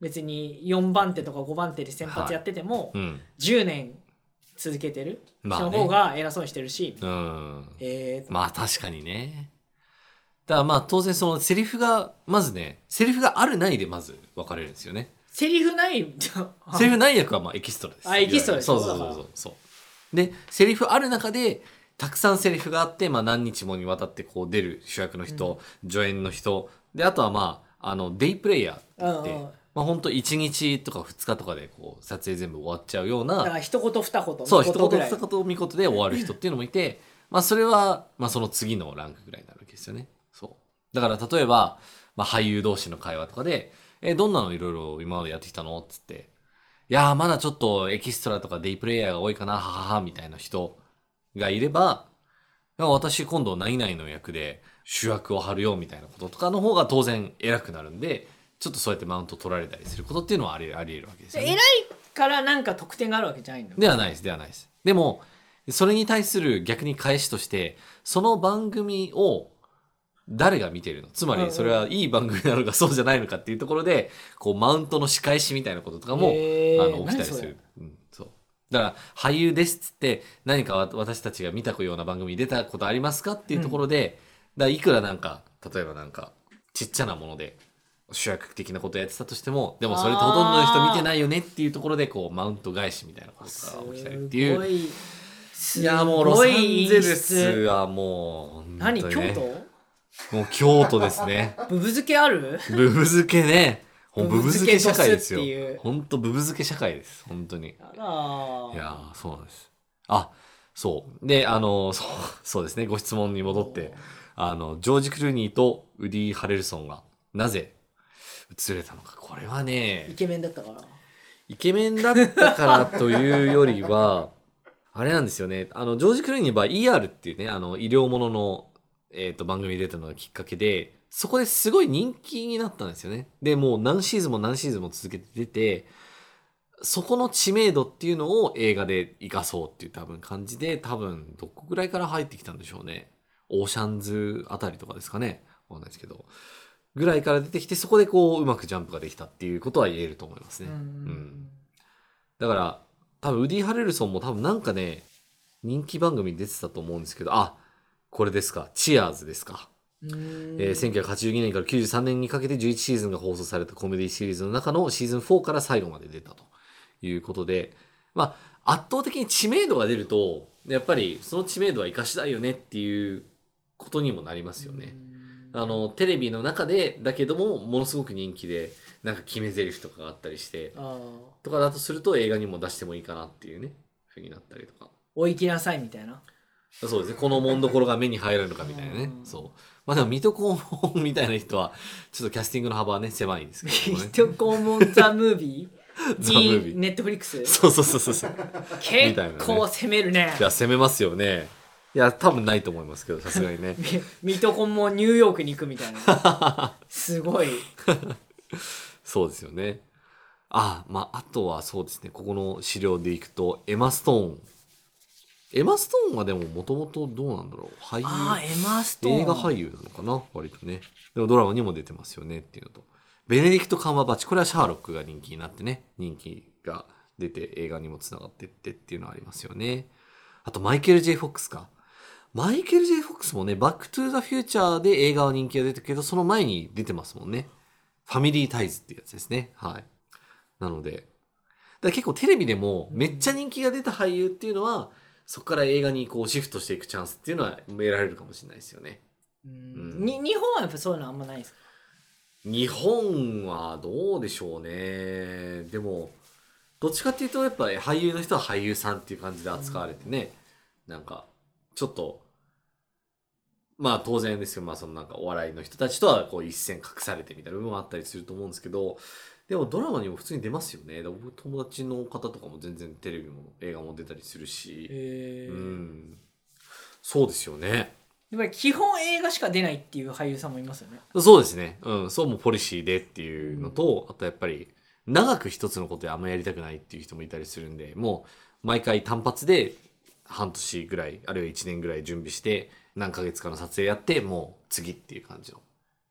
[SPEAKER 3] 別に4番手とか5番手で先発やってても、
[SPEAKER 4] うん。
[SPEAKER 3] 10年続けてる、
[SPEAKER 4] まあ
[SPEAKER 3] そ
[SPEAKER 4] ね
[SPEAKER 3] の方が偉そうにしてるし、
[SPEAKER 4] うん。
[SPEAKER 3] えー
[SPEAKER 4] まあ確かにね。だからまあ当然そのセリフが、まずね、セリフがあるないでまず分かれるんですよね。
[SPEAKER 3] セリフないあ
[SPEAKER 4] セリフない役はまあエキストラです。
[SPEAKER 3] あエキストラです
[SPEAKER 4] そうそうそうそうそう。で、セリフある中で、たくさんセリフがあって、まあ何日もにわたってこう出る主役の人、助演の人、で、あとはまあ、あの、デイプレイヤーって言って、
[SPEAKER 3] うんうん
[SPEAKER 4] まあ本当1日とか2日とかでこう撮影全部終わっちゃうよう
[SPEAKER 3] だか
[SPEAKER 4] な、
[SPEAKER 3] ら一言二言
[SPEAKER 4] そう、
[SPEAKER 3] 三
[SPEAKER 4] 一
[SPEAKER 3] ぐ
[SPEAKER 4] 言
[SPEAKER 3] らい
[SPEAKER 4] 二言見事で終わる人っていうのもいて、まあそれは、まあその次のランクぐらいになるわけですよね。そう。だから例えば、まあ俳優同士の会話とかで、え、どんなのいろいろ今までやってきたのっつって、いやーまだちょっとエキストラとかデイプレイヤーが多いかな、ははは、みたいな人がいれば、いや私今度何々の役で主役を張るよみたいなこととかの方が当然偉くなるんで、ちょっとそうやってマウント取られたりすることっていうのはありあり得るわけですよ
[SPEAKER 3] 偉
[SPEAKER 4] ね
[SPEAKER 3] い。からなんか得点があるわけじゃないんだ
[SPEAKER 4] ではないです、ではないです。でも、それに対する逆に返しとして、その番組を誰が見てるのつま
[SPEAKER 3] うんう
[SPEAKER 4] り、
[SPEAKER 3] ん
[SPEAKER 4] それはいい番組なのかそうじゃないのかっていうところで、こう、マウントの仕返しみたいなこととかも、
[SPEAKER 3] へー
[SPEAKER 4] あの、起きたりする。うん、そう。だから、俳優ですっつって、何かわ私たちが見たような番組に出たことありますかっていうところで、だからいくらなんか、例えばなんか、ちっちゃなもので、主役的なことやってたとしても、でもそれってほとんどの人見てないよねっていうところで、こう、マウント返しみたいなこと
[SPEAKER 3] す
[SPEAKER 4] が
[SPEAKER 3] ご
[SPEAKER 4] 起
[SPEAKER 3] い
[SPEAKER 4] きたりっていう。
[SPEAKER 3] す
[SPEAKER 4] い
[SPEAKER 3] ご
[SPEAKER 4] やもうロサン
[SPEAKER 3] い
[SPEAKER 4] ゼル
[SPEAKER 3] 演
[SPEAKER 4] ス
[SPEAKER 3] 出
[SPEAKER 4] はもう、
[SPEAKER 3] 何
[SPEAKER 4] 本
[SPEAKER 3] 京
[SPEAKER 4] 当にね
[SPEAKER 3] 都
[SPEAKER 4] もう京都です ね。
[SPEAKER 3] ブブ漬けある
[SPEAKER 4] ブブ漬けね。ほん
[SPEAKER 3] ブ
[SPEAKER 4] ブ
[SPEAKER 3] ブ
[SPEAKER 4] ブ
[SPEAKER 3] 漬
[SPEAKER 4] 漬
[SPEAKER 3] け
[SPEAKER 4] け社会です
[SPEAKER 3] ドスっていう
[SPEAKER 4] よ。本当ブブ漬け社会です。本当に。
[SPEAKER 3] あら
[SPEAKER 4] いやーそうなんです。あ、そう。で、あの、 そう、そうですね。ご質問に戻って、あの、ジョージ・クルーニーとウディ・ハレルソンが、なぜ、映れたのか。これは
[SPEAKER 3] イ
[SPEAKER 4] ね、
[SPEAKER 3] ケメンだったから
[SPEAKER 4] イケメンだったからというよりは、あれなんですよね。あの、ジョージ・クルーニーは ER っていうね、あの、医療ものの、えっ、と、番組に出たのがきっかけで、そこですごい人気になったんですよね。で、もう何シーズンも何シーズンも続けて出て、そこの知名度っていうのを映画で生かそうっていう多分感じで、多分どこぐらいから入ってきたんでしょうね。オーシャンズあたりとかですかね。わかんないですけど。ぐらいから出てきて、そこでこう、うまくジャンプができたっていうことは言えると思いますね。
[SPEAKER 3] うん
[SPEAKER 4] うんだから、多分ウディ・ハレルソンも多分なんかね、人気番組に出てたと思うんですけど、あ、これですか。チアーズですか。
[SPEAKER 3] うん
[SPEAKER 4] えー1982年から93年にかけて11シーズンが放送されたコメディシリーズの中のシーズン4から最後まで出たということで、まあ、圧倒的に知名度が出ると、やっぱりその知名度は生かしたいよねっていうことにもなりますよね。あの、テレビの中で、だけども、ものすごく人気で、なんか決め台詞とかがあったりして、
[SPEAKER 3] あー
[SPEAKER 4] とかだとすると映画にも出してもいいかなっていうね、風になったりとか。
[SPEAKER 3] 追いきなさいみたいな
[SPEAKER 4] そうですね。このもんどころが目に入らぬかみたいなね
[SPEAKER 3] う。ん
[SPEAKER 4] そう。まあでも、水戸黄門みたいな人は、ちょっとキャスティングの幅はね、狭いんですけど もね
[SPEAKER 3] 水。戸黄門ザ・ムービー
[SPEAKER 4] ザムービー
[SPEAKER 3] ネットフリックス
[SPEAKER 4] そうそうそうそうそう。みたいな
[SPEAKER 3] 結
[SPEAKER 4] ね
[SPEAKER 3] 構攻めるね
[SPEAKER 4] いや、攻めますよね。いや、多分ないと思いますけど、さすがにね。
[SPEAKER 3] み水戸黄門ニューヨークに行くみたいな すごい
[SPEAKER 4] そうですよね。あ、まあ、あとはそうですね。ここの資料でいくと、エマ・ストーン。エマ・ストーンはでも、もともとどうなんだろう。俳優。
[SPEAKER 3] あーエマストーン
[SPEAKER 4] 映画俳優なのかな割とねでもドラマにも出てますよねっていうのとベネディクト・カンバーバッチこれはシャーロックが人気になってね人気が出て映画にもつながってってっていうのはありますよねあとマイケル・ J ・フォックスかマイケル・ J ・フォックスもねバック・トゥ・ザ・フューチャーで映画は人気が出てるけどその前に出てますもんねファミリー・タイズっていうやつですねはいなのでだから結構テレビでもめっちゃ人気が出た俳優っていうのは、そこから映画にこうシフトしていくチャンスっていうのは得られるかもしれないですよね。
[SPEAKER 3] うんに日本はやっぱそういうのあんまないですか
[SPEAKER 4] 日本はどうでしょうね。でも、どっちかっていうと、やっぱり俳優の人は俳優さんっていう感じで扱われてね、なんか、ちょっと、まあ当然ですけど、まあそのなんかお笑いの人たちとはこう一線隠されてみたいな部分もあったりすると思うんですけど、でもドラマにも普通に出ますよね。だ僕友達の方とかも全然テレビも映画も出たりするし、
[SPEAKER 3] へえ
[SPEAKER 4] うん。そうですよね。
[SPEAKER 3] やっぱり基本映画しか出ないっていう俳優さんもいますよね
[SPEAKER 4] そうですね。うん。そうもポリシーでっていうのと、あとやっぱり、長く一つのことであんまやりたくないっていう人もいたりするんで、もう、毎回単発で、半年ぐらい、あるいは1年ぐらい準備して、何ヶ月かの撮影やって、もう次っていう感じの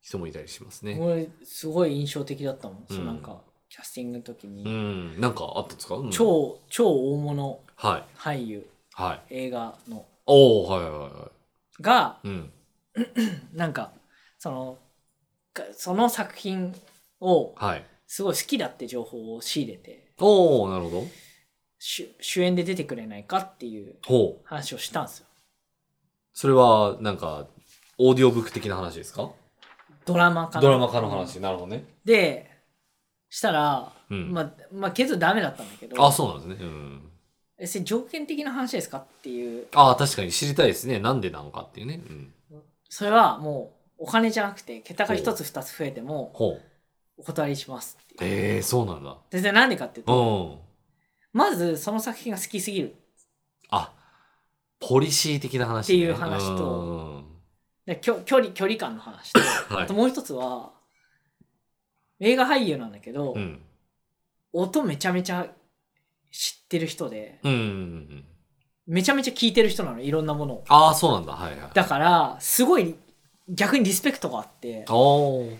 [SPEAKER 4] 人もいたりしますね。
[SPEAKER 3] これすごい印象的だったもん、
[SPEAKER 4] うん
[SPEAKER 3] そのなんかキャスティングの時に、
[SPEAKER 4] うん。なんかあったんですか、うん
[SPEAKER 3] 超超大物
[SPEAKER 4] はい。
[SPEAKER 3] 俳優
[SPEAKER 4] はい。
[SPEAKER 3] 映画の
[SPEAKER 4] おおはいはいは
[SPEAKER 3] が
[SPEAKER 4] い。うん。
[SPEAKER 3] なんかそのかその作品を
[SPEAKER 4] はい。
[SPEAKER 3] すごい好きだって情報を仕入れて
[SPEAKER 4] おおなるほど。
[SPEAKER 3] 主主演で出てくれないかっていう
[SPEAKER 4] ほう。
[SPEAKER 3] 話をしたんですよ
[SPEAKER 4] それは、なんか、オーディオブック的な話ですか
[SPEAKER 3] ドラマかな
[SPEAKER 4] ドラマ化の話。なるほどね。
[SPEAKER 3] でしたら、
[SPEAKER 4] うん
[SPEAKER 3] まあまあけどダメだったんだけど
[SPEAKER 4] あ、そうなんですね。うん。
[SPEAKER 3] えそれ条件的な話ですかっていう
[SPEAKER 4] ああ、確かに知りたいですね。なんでなのかっていうね。うん、
[SPEAKER 3] それはもうお金じゃなくて桁が一つ二つ増えても
[SPEAKER 4] ほう。
[SPEAKER 3] お断りしますっていう
[SPEAKER 4] ええそうなんだ。
[SPEAKER 3] 全然なんでかっていう
[SPEAKER 4] う
[SPEAKER 3] と
[SPEAKER 4] ん。
[SPEAKER 3] まずその作品が好きすぎる
[SPEAKER 4] あ、ポリシー的な話、ね。
[SPEAKER 3] っていう話と
[SPEAKER 4] うん。
[SPEAKER 3] できょ距離距離感の話と
[SPEAKER 4] は
[SPEAKER 3] あ
[SPEAKER 4] い
[SPEAKER 3] と。もう一つは映画俳優なんだけど、
[SPEAKER 4] うん。
[SPEAKER 3] 音めちゃめちゃ知ってる人で、
[SPEAKER 4] うんうんうん。
[SPEAKER 3] めちゃめちゃ聞いてる人なの、いろんなものを。
[SPEAKER 4] ああ、そうなんだ。はいはい。
[SPEAKER 3] だから、すごい、逆にリスペクトがあって、
[SPEAKER 4] おー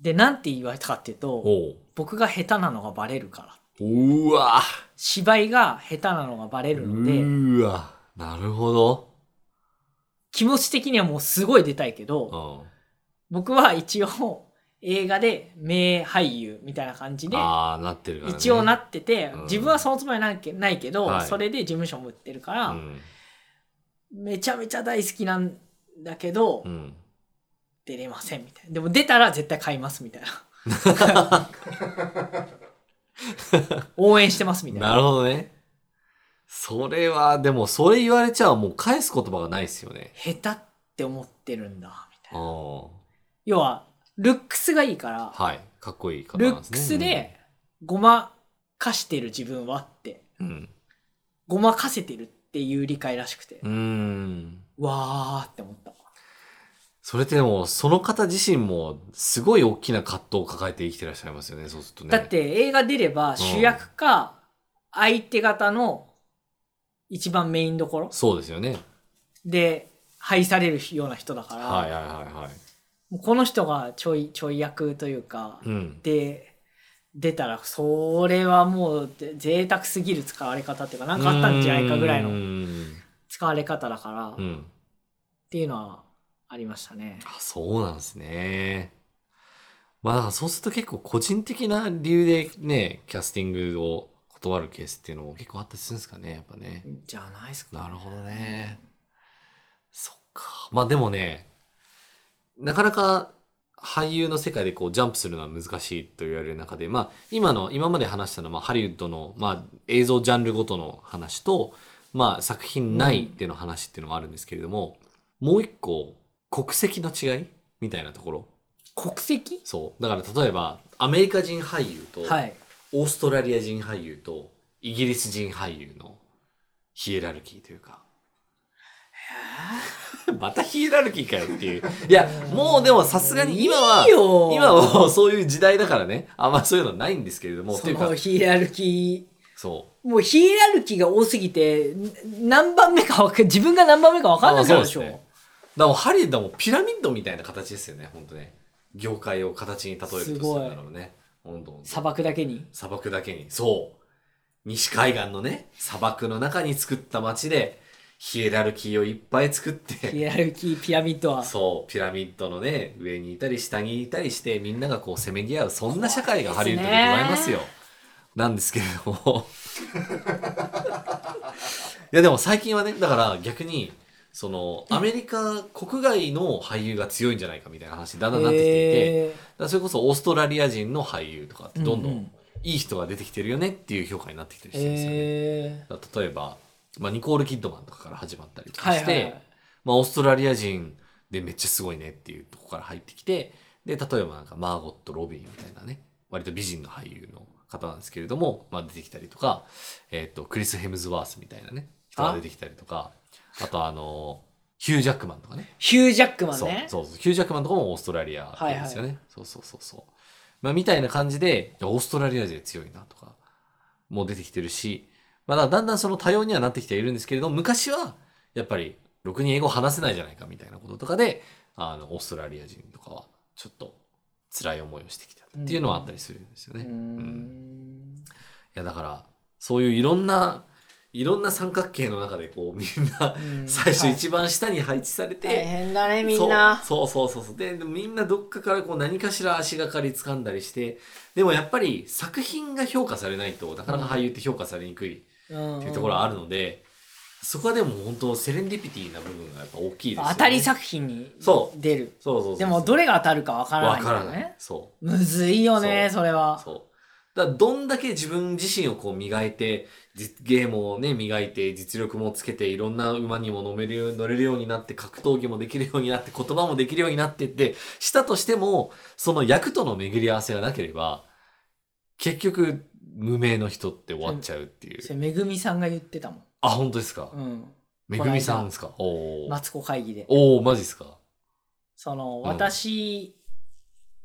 [SPEAKER 3] で、なんて言われたかっていうと、
[SPEAKER 4] おう。
[SPEAKER 3] 僕が下手なのがバレるから。
[SPEAKER 4] うわ。
[SPEAKER 3] 芝居が下手なのがバレ
[SPEAKER 4] う
[SPEAKER 3] るので、
[SPEAKER 4] ーわ。なるほど。
[SPEAKER 3] 気持ち的にはもうすごい出たいけど、
[SPEAKER 4] う
[SPEAKER 3] 僕は一応、映画で名俳優みたいな感じ
[SPEAKER 4] ん。
[SPEAKER 3] で、
[SPEAKER 4] ああ、なってるから、ね。
[SPEAKER 3] 一応なってて、
[SPEAKER 4] うん
[SPEAKER 3] 自分はそのつもりはないけないけど、
[SPEAKER 4] はい
[SPEAKER 3] それで事務所も売ってるから、
[SPEAKER 4] うん。
[SPEAKER 3] めちゃめちゃ大好きなんだけど、
[SPEAKER 4] うん。
[SPEAKER 3] 出れませんみたいなでも出たら絶対買いますみたいな 応援してますみたいな
[SPEAKER 4] なるほどね。それは、でも、それ言われちゃうもう返す言葉がないですよね。
[SPEAKER 3] 下手って思ってるんだみたいな
[SPEAKER 4] あ
[SPEAKER 3] 要はルックスがいいから、
[SPEAKER 4] あ。はい。かっこいい方
[SPEAKER 3] ル
[SPEAKER 4] なんで
[SPEAKER 3] ッ
[SPEAKER 4] す
[SPEAKER 3] ク
[SPEAKER 4] ね。
[SPEAKER 3] スでごまかしてる自分はって
[SPEAKER 4] うん。
[SPEAKER 3] ごまかせてるっていう理解らしくて、
[SPEAKER 4] うん。うん。
[SPEAKER 3] わーって思った
[SPEAKER 4] それってでも、その方自身も、すごい大きな葛藤を抱えて生きてらっしゃいますよね、そうするとね。
[SPEAKER 3] だっ、て映画出れば主役か相手方の一番メインどころ
[SPEAKER 4] そうですよね。
[SPEAKER 3] で配されるような人だから、
[SPEAKER 4] はいはいはいはい。
[SPEAKER 3] もうこの人がちょいちょい役というか、
[SPEAKER 4] うん。
[SPEAKER 3] で出たらそれはもうぜ贅沢すぎる使われ方っていうか何かあったんじゃないかぐらいうの
[SPEAKER 4] ん。
[SPEAKER 3] 使われ方だから、
[SPEAKER 4] う
[SPEAKER 3] っ
[SPEAKER 4] ん。
[SPEAKER 3] ていうのはありましたね。
[SPEAKER 4] あ、そうなんですね。まあ、だからそうすると結構個人的な理由でね、キャスティングを断るケースっていうのも結構あったりするんですかね、やっぱね。
[SPEAKER 3] じゃないですか、
[SPEAKER 4] なるほどね。そっか。まあでもね、なかなか俳優の世界でこうジャンプするのは難しいと言われる中で、まあ今の、今まで話したのはまあハリウッドの、まあ映像ジャンルごとの話と、まあ作品内での話っていうのもあるんですけれども、もう一個、国籍の違いみたいなところ。
[SPEAKER 3] 国籍
[SPEAKER 4] そう。だから例えば、アメリカ人俳優と、
[SPEAKER 3] はい。
[SPEAKER 4] オーストラリア人俳優と、イギリス人俳優のヒエラルキーというか、 またヒエラルキーかよっていう。いや、もうでもさすがに今はい
[SPEAKER 3] い、よ
[SPEAKER 4] 今はもうそういう時代だからね、あんまそういうのないんですけれども、と
[SPEAKER 3] そ
[SPEAKER 4] いうか
[SPEAKER 3] の、ヒエラルキー
[SPEAKER 4] そ
[SPEAKER 3] もうヒエラルキーが多すぎて、ん何番目かわかん自分が何番目か分
[SPEAKER 4] う。
[SPEAKER 3] かんなくなるでし
[SPEAKER 4] そ
[SPEAKER 3] ょ。
[SPEAKER 4] うすねだからもうハリウッドはもうピラミッドみたいな形ですよね、本当ね。業界を形に例えるとするんだろうね。本当本当
[SPEAKER 3] 砂漠だけに。
[SPEAKER 4] 砂漠だけにそう西海岸のね砂漠の中に作った町でヒエラルキーをいっぱい作っ
[SPEAKER 3] ヒ
[SPEAKER 4] て
[SPEAKER 3] エラルキー、ピラミッドは。
[SPEAKER 4] そうピラミッドのね上にいたり下にいたりしてみんながこうせめぎ合うそんな社会がハリウッドでございますよなんですけれどもいやでも最近はねだから逆にそのアメリカ国外の俳優が強いんじゃないかみたいな話にだんだんなってきていて、
[SPEAKER 3] え
[SPEAKER 4] だからそれこそオーストラリア人の俳優とかってどんど
[SPEAKER 3] うんうん
[SPEAKER 4] んいい人が出てきてるよねっていう評価になってきたり
[SPEAKER 3] ー
[SPEAKER 4] してるんですよね。
[SPEAKER 3] え
[SPEAKER 4] だから例えば、まあ、ニコール・キッドマンとかから始まったりと
[SPEAKER 3] ー
[SPEAKER 4] か
[SPEAKER 3] はい
[SPEAKER 4] して、
[SPEAKER 3] はい。
[SPEAKER 4] まあ、オーストラリア人でめっちゃすごいねっていうとこから入ってきてで例えばなんかマーゴット・ロビンみたいなね割と美人の俳優の方なんですけれども、まあ、出てきたりとか、えっとクリス・ヘムズワースみたいなね人が出てきたりとかあとあのヒュー・ジャックマンとかね
[SPEAKER 3] ヒュージャックマン
[SPEAKER 4] そう
[SPEAKER 3] ね。
[SPEAKER 4] そうそうヒュージャックマンとかもオーストラリア
[SPEAKER 3] はいはい
[SPEAKER 4] ですよね、そうそうそうそう、まあ、みたいな感じでいやオーストラリアで強いなとかもう出てきてるし、まあ、だからだんだんその多様にはなってきてはいるんですけれど昔はやっぱりろくに英語話せないじゃないかみたいなこととかであのオーストラリア人とかはちょっと辛い思いをしてきたっていうのはあったりするんですよね、
[SPEAKER 3] うー
[SPEAKER 4] うん
[SPEAKER 3] ん
[SPEAKER 4] いやだからそういういろんないろんな三角形の中でこうみんな
[SPEAKER 3] うん
[SPEAKER 4] 最初
[SPEAKER 3] はい
[SPEAKER 4] 一番下に配置されて、
[SPEAKER 3] 大変だね、みんな。
[SPEAKER 4] そうそうそうそうそうででみんなどっかからこう何かしら足がかり掴んだりしてでもやっぱり作品が評価されないとなかなか俳優って評価されにくいっ
[SPEAKER 3] うん
[SPEAKER 4] ていうところはあるので、そこはでも本当セレンディピティな部分がやっぱ大きいですよね
[SPEAKER 3] 当たり作品に
[SPEAKER 4] そう
[SPEAKER 3] 出る。
[SPEAKER 4] そうそうそうそう
[SPEAKER 3] でも、どれが当たるかわからないん
[SPEAKER 4] わか
[SPEAKER 3] だ
[SPEAKER 4] ら
[SPEAKER 3] よ
[SPEAKER 4] ない
[SPEAKER 3] ね。
[SPEAKER 4] そう
[SPEAKER 3] むずいよね、それは。
[SPEAKER 4] そう。だからどんだけ自分自身をこう磨いて、じゲームをね、磨いて、実力もつけて、いろんな馬にも乗めるよう乗れるようになって、格闘技もできるようになって、言葉もできるようになってって、したとしても、その役との巡り合わせがなければ、結局、無名の人って終わっちゃうってい。
[SPEAKER 3] そうれめぐみさんが言ってたもん。
[SPEAKER 4] あ、本当ですか。
[SPEAKER 3] うん。
[SPEAKER 4] めぐみさんですか。おー。
[SPEAKER 3] マツコ会議で。
[SPEAKER 4] おー、マジですか。
[SPEAKER 3] その、
[SPEAKER 4] ん
[SPEAKER 3] 私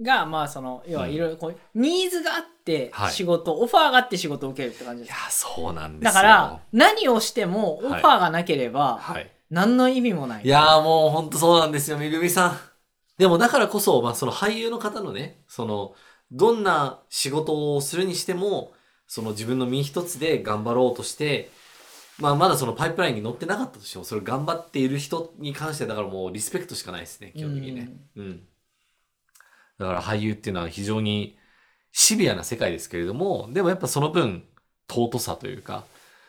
[SPEAKER 3] がまあその要はいろいろこうニーズがあって
[SPEAKER 4] はい
[SPEAKER 3] 仕事、オファーがあって仕事を受けるって感じ
[SPEAKER 4] い
[SPEAKER 3] で
[SPEAKER 4] や
[SPEAKER 3] す
[SPEAKER 4] そうなんです
[SPEAKER 3] だ
[SPEAKER 4] よ
[SPEAKER 3] から何をしてもオファーがなければ
[SPEAKER 4] はい
[SPEAKER 3] 何の意味もない、
[SPEAKER 4] いやーもうほんとそうなんですよ、めぐみさん。でもだからこそ、まあその俳優の方のね、その、どんな仕事をするにしても、その自分の身一つで頑張ろうとして、まあまだそのパイプラインに乗ってなかったとしても、それを頑張っている人に関してはだからもうリスペクトしかないですね、基本的にね。うん。だから俳優っていうのは非常にシビアな世界ですけれども、でもやっぱその分、尊さというか、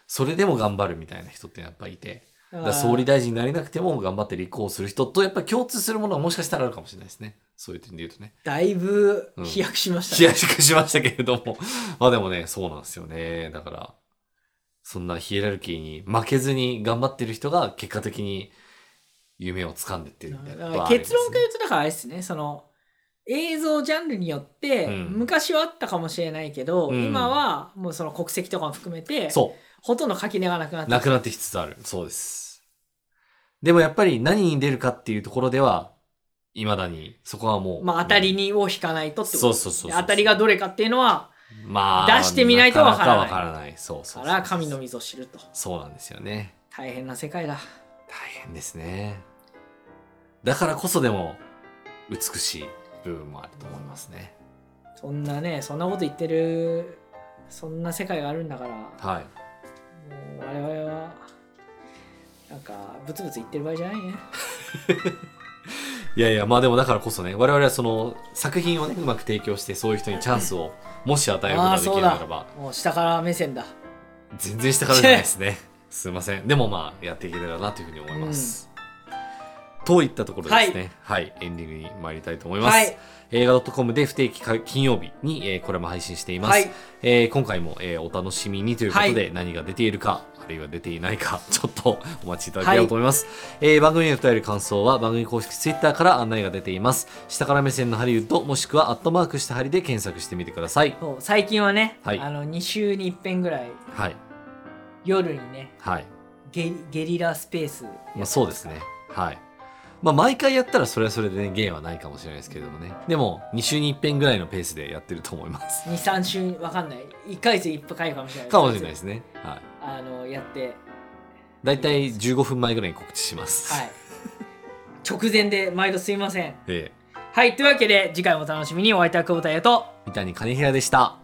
[SPEAKER 4] それでも頑張るみたいな人ってやっぱいて、
[SPEAKER 3] だ
[SPEAKER 4] だから総理大臣になれなくても頑張って立候補する人とやっぱり共通するものはもしかしたらあるかもしれないですね。そういう点で言うとね。
[SPEAKER 3] だいぶ
[SPEAKER 4] うん
[SPEAKER 3] 飛躍しました
[SPEAKER 4] 冷
[SPEAKER 3] ね、
[SPEAKER 4] やしくしましたけれども。 まあでもね、そうなんですよね。だから、そんなヒエラルキーに負けずに頑張ってる人が結果的に夢を掴んでってるみたい
[SPEAKER 3] だ
[SPEAKER 4] な
[SPEAKER 3] から
[SPEAKER 4] ことはありま
[SPEAKER 3] 結
[SPEAKER 4] すね、
[SPEAKER 3] 論から言うとだからあれですねその映像ジャンルによって
[SPEAKER 4] うん
[SPEAKER 3] 昔はあったかもしれないけど、
[SPEAKER 4] うん
[SPEAKER 3] 今はもうその国籍とかも含めて
[SPEAKER 4] そう。
[SPEAKER 3] ほとんど垣根がなくなって
[SPEAKER 4] なくなってきつつある。そうです。でもやっぱり何に出るかっていうところでは、未だにそこはもう。
[SPEAKER 3] まあ、当たりにを引かないとってこと
[SPEAKER 4] そう
[SPEAKER 3] です
[SPEAKER 4] そうそう
[SPEAKER 3] ね
[SPEAKER 4] そう
[SPEAKER 3] 当たりがどれかっていうのは
[SPEAKER 4] まあ、
[SPEAKER 3] 出してみないとわからない
[SPEAKER 4] なかなかわからない。そうそうそ
[SPEAKER 3] か
[SPEAKER 4] う
[SPEAKER 3] ら神のみぞ知ると
[SPEAKER 4] そうなんですよね。
[SPEAKER 3] 大変な世界だ
[SPEAKER 4] 大変ですね。だからこそでも、美しい部分もあると思いますね。
[SPEAKER 3] そんなねそんなこと言ってるそんな世界があるんだからも
[SPEAKER 4] はい。
[SPEAKER 3] う我々はなんかブツブツ言ってる場合じゃないね
[SPEAKER 4] いやいや、まあでもだからこそね、我々はその作品をね、うまく提供して、そういう人にチャンスを、もし与えるこ
[SPEAKER 3] あ
[SPEAKER 4] とが
[SPEAKER 3] あ
[SPEAKER 4] でき
[SPEAKER 3] そ
[SPEAKER 4] る
[SPEAKER 3] う
[SPEAKER 4] なら
[SPEAKER 3] だ
[SPEAKER 4] ば、
[SPEAKER 3] もう下から目線だ
[SPEAKER 4] 全然したからじゃないですね。すいません。でもまあ、やっていけたらなというふうに思います。といったところですね、はい。エンディングに参りたいと思います。
[SPEAKER 3] はい
[SPEAKER 4] 映画 .com で不定期か金曜日に、えーこれも配信しています。
[SPEAKER 3] はい
[SPEAKER 4] えー今回も、えーお楽しみにということで、
[SPEAKER 3] は
[SPEAKER 4] 何が出ているか、あるいは出ていないか、 ちょっとお待ちいただければと思います。えー番組への伝える感想は番組公式 Twitter から案内が出ています。下から目線のハリウッド、もしくはアットマークしたハリで検索してみてください。
[SPEAKER 3] そう最近はね、
[SPEAKER 4] はい
[SPEAKER 3] あの2週に1遍ぐらい
[SPEAKER 4] はい。
[SPEAKER 3] 夜にね
[SPEAKER 4] はい。
[SPEAKER 3] ゲリゲリラスペース
[SPEAKER 4] まあ、そうですね。はい。まあ、毎回やったらそれはそれでね、芸はないかもしれないですけれどもね。でも、2週に1遍ぐらいのペースでやってると思い ます。
[SPEAKER 3] 23週わかんない1回戦1回かもしれない
[SPEAKER 4] かもしれないですね。はい。
[SPEAKER 3] あのやって
[SPEAKER 4] だいたい15分前ぐらいに告知します。
[SPEAKER 3] はい。直前で毎度すいません。
[SPEAKER 4] ええ
[SPEAKER 3] はい、というわけで次回もお楽しみにお会いいたい久保田優と
[SPEAKER 4] 三谷兼平でした。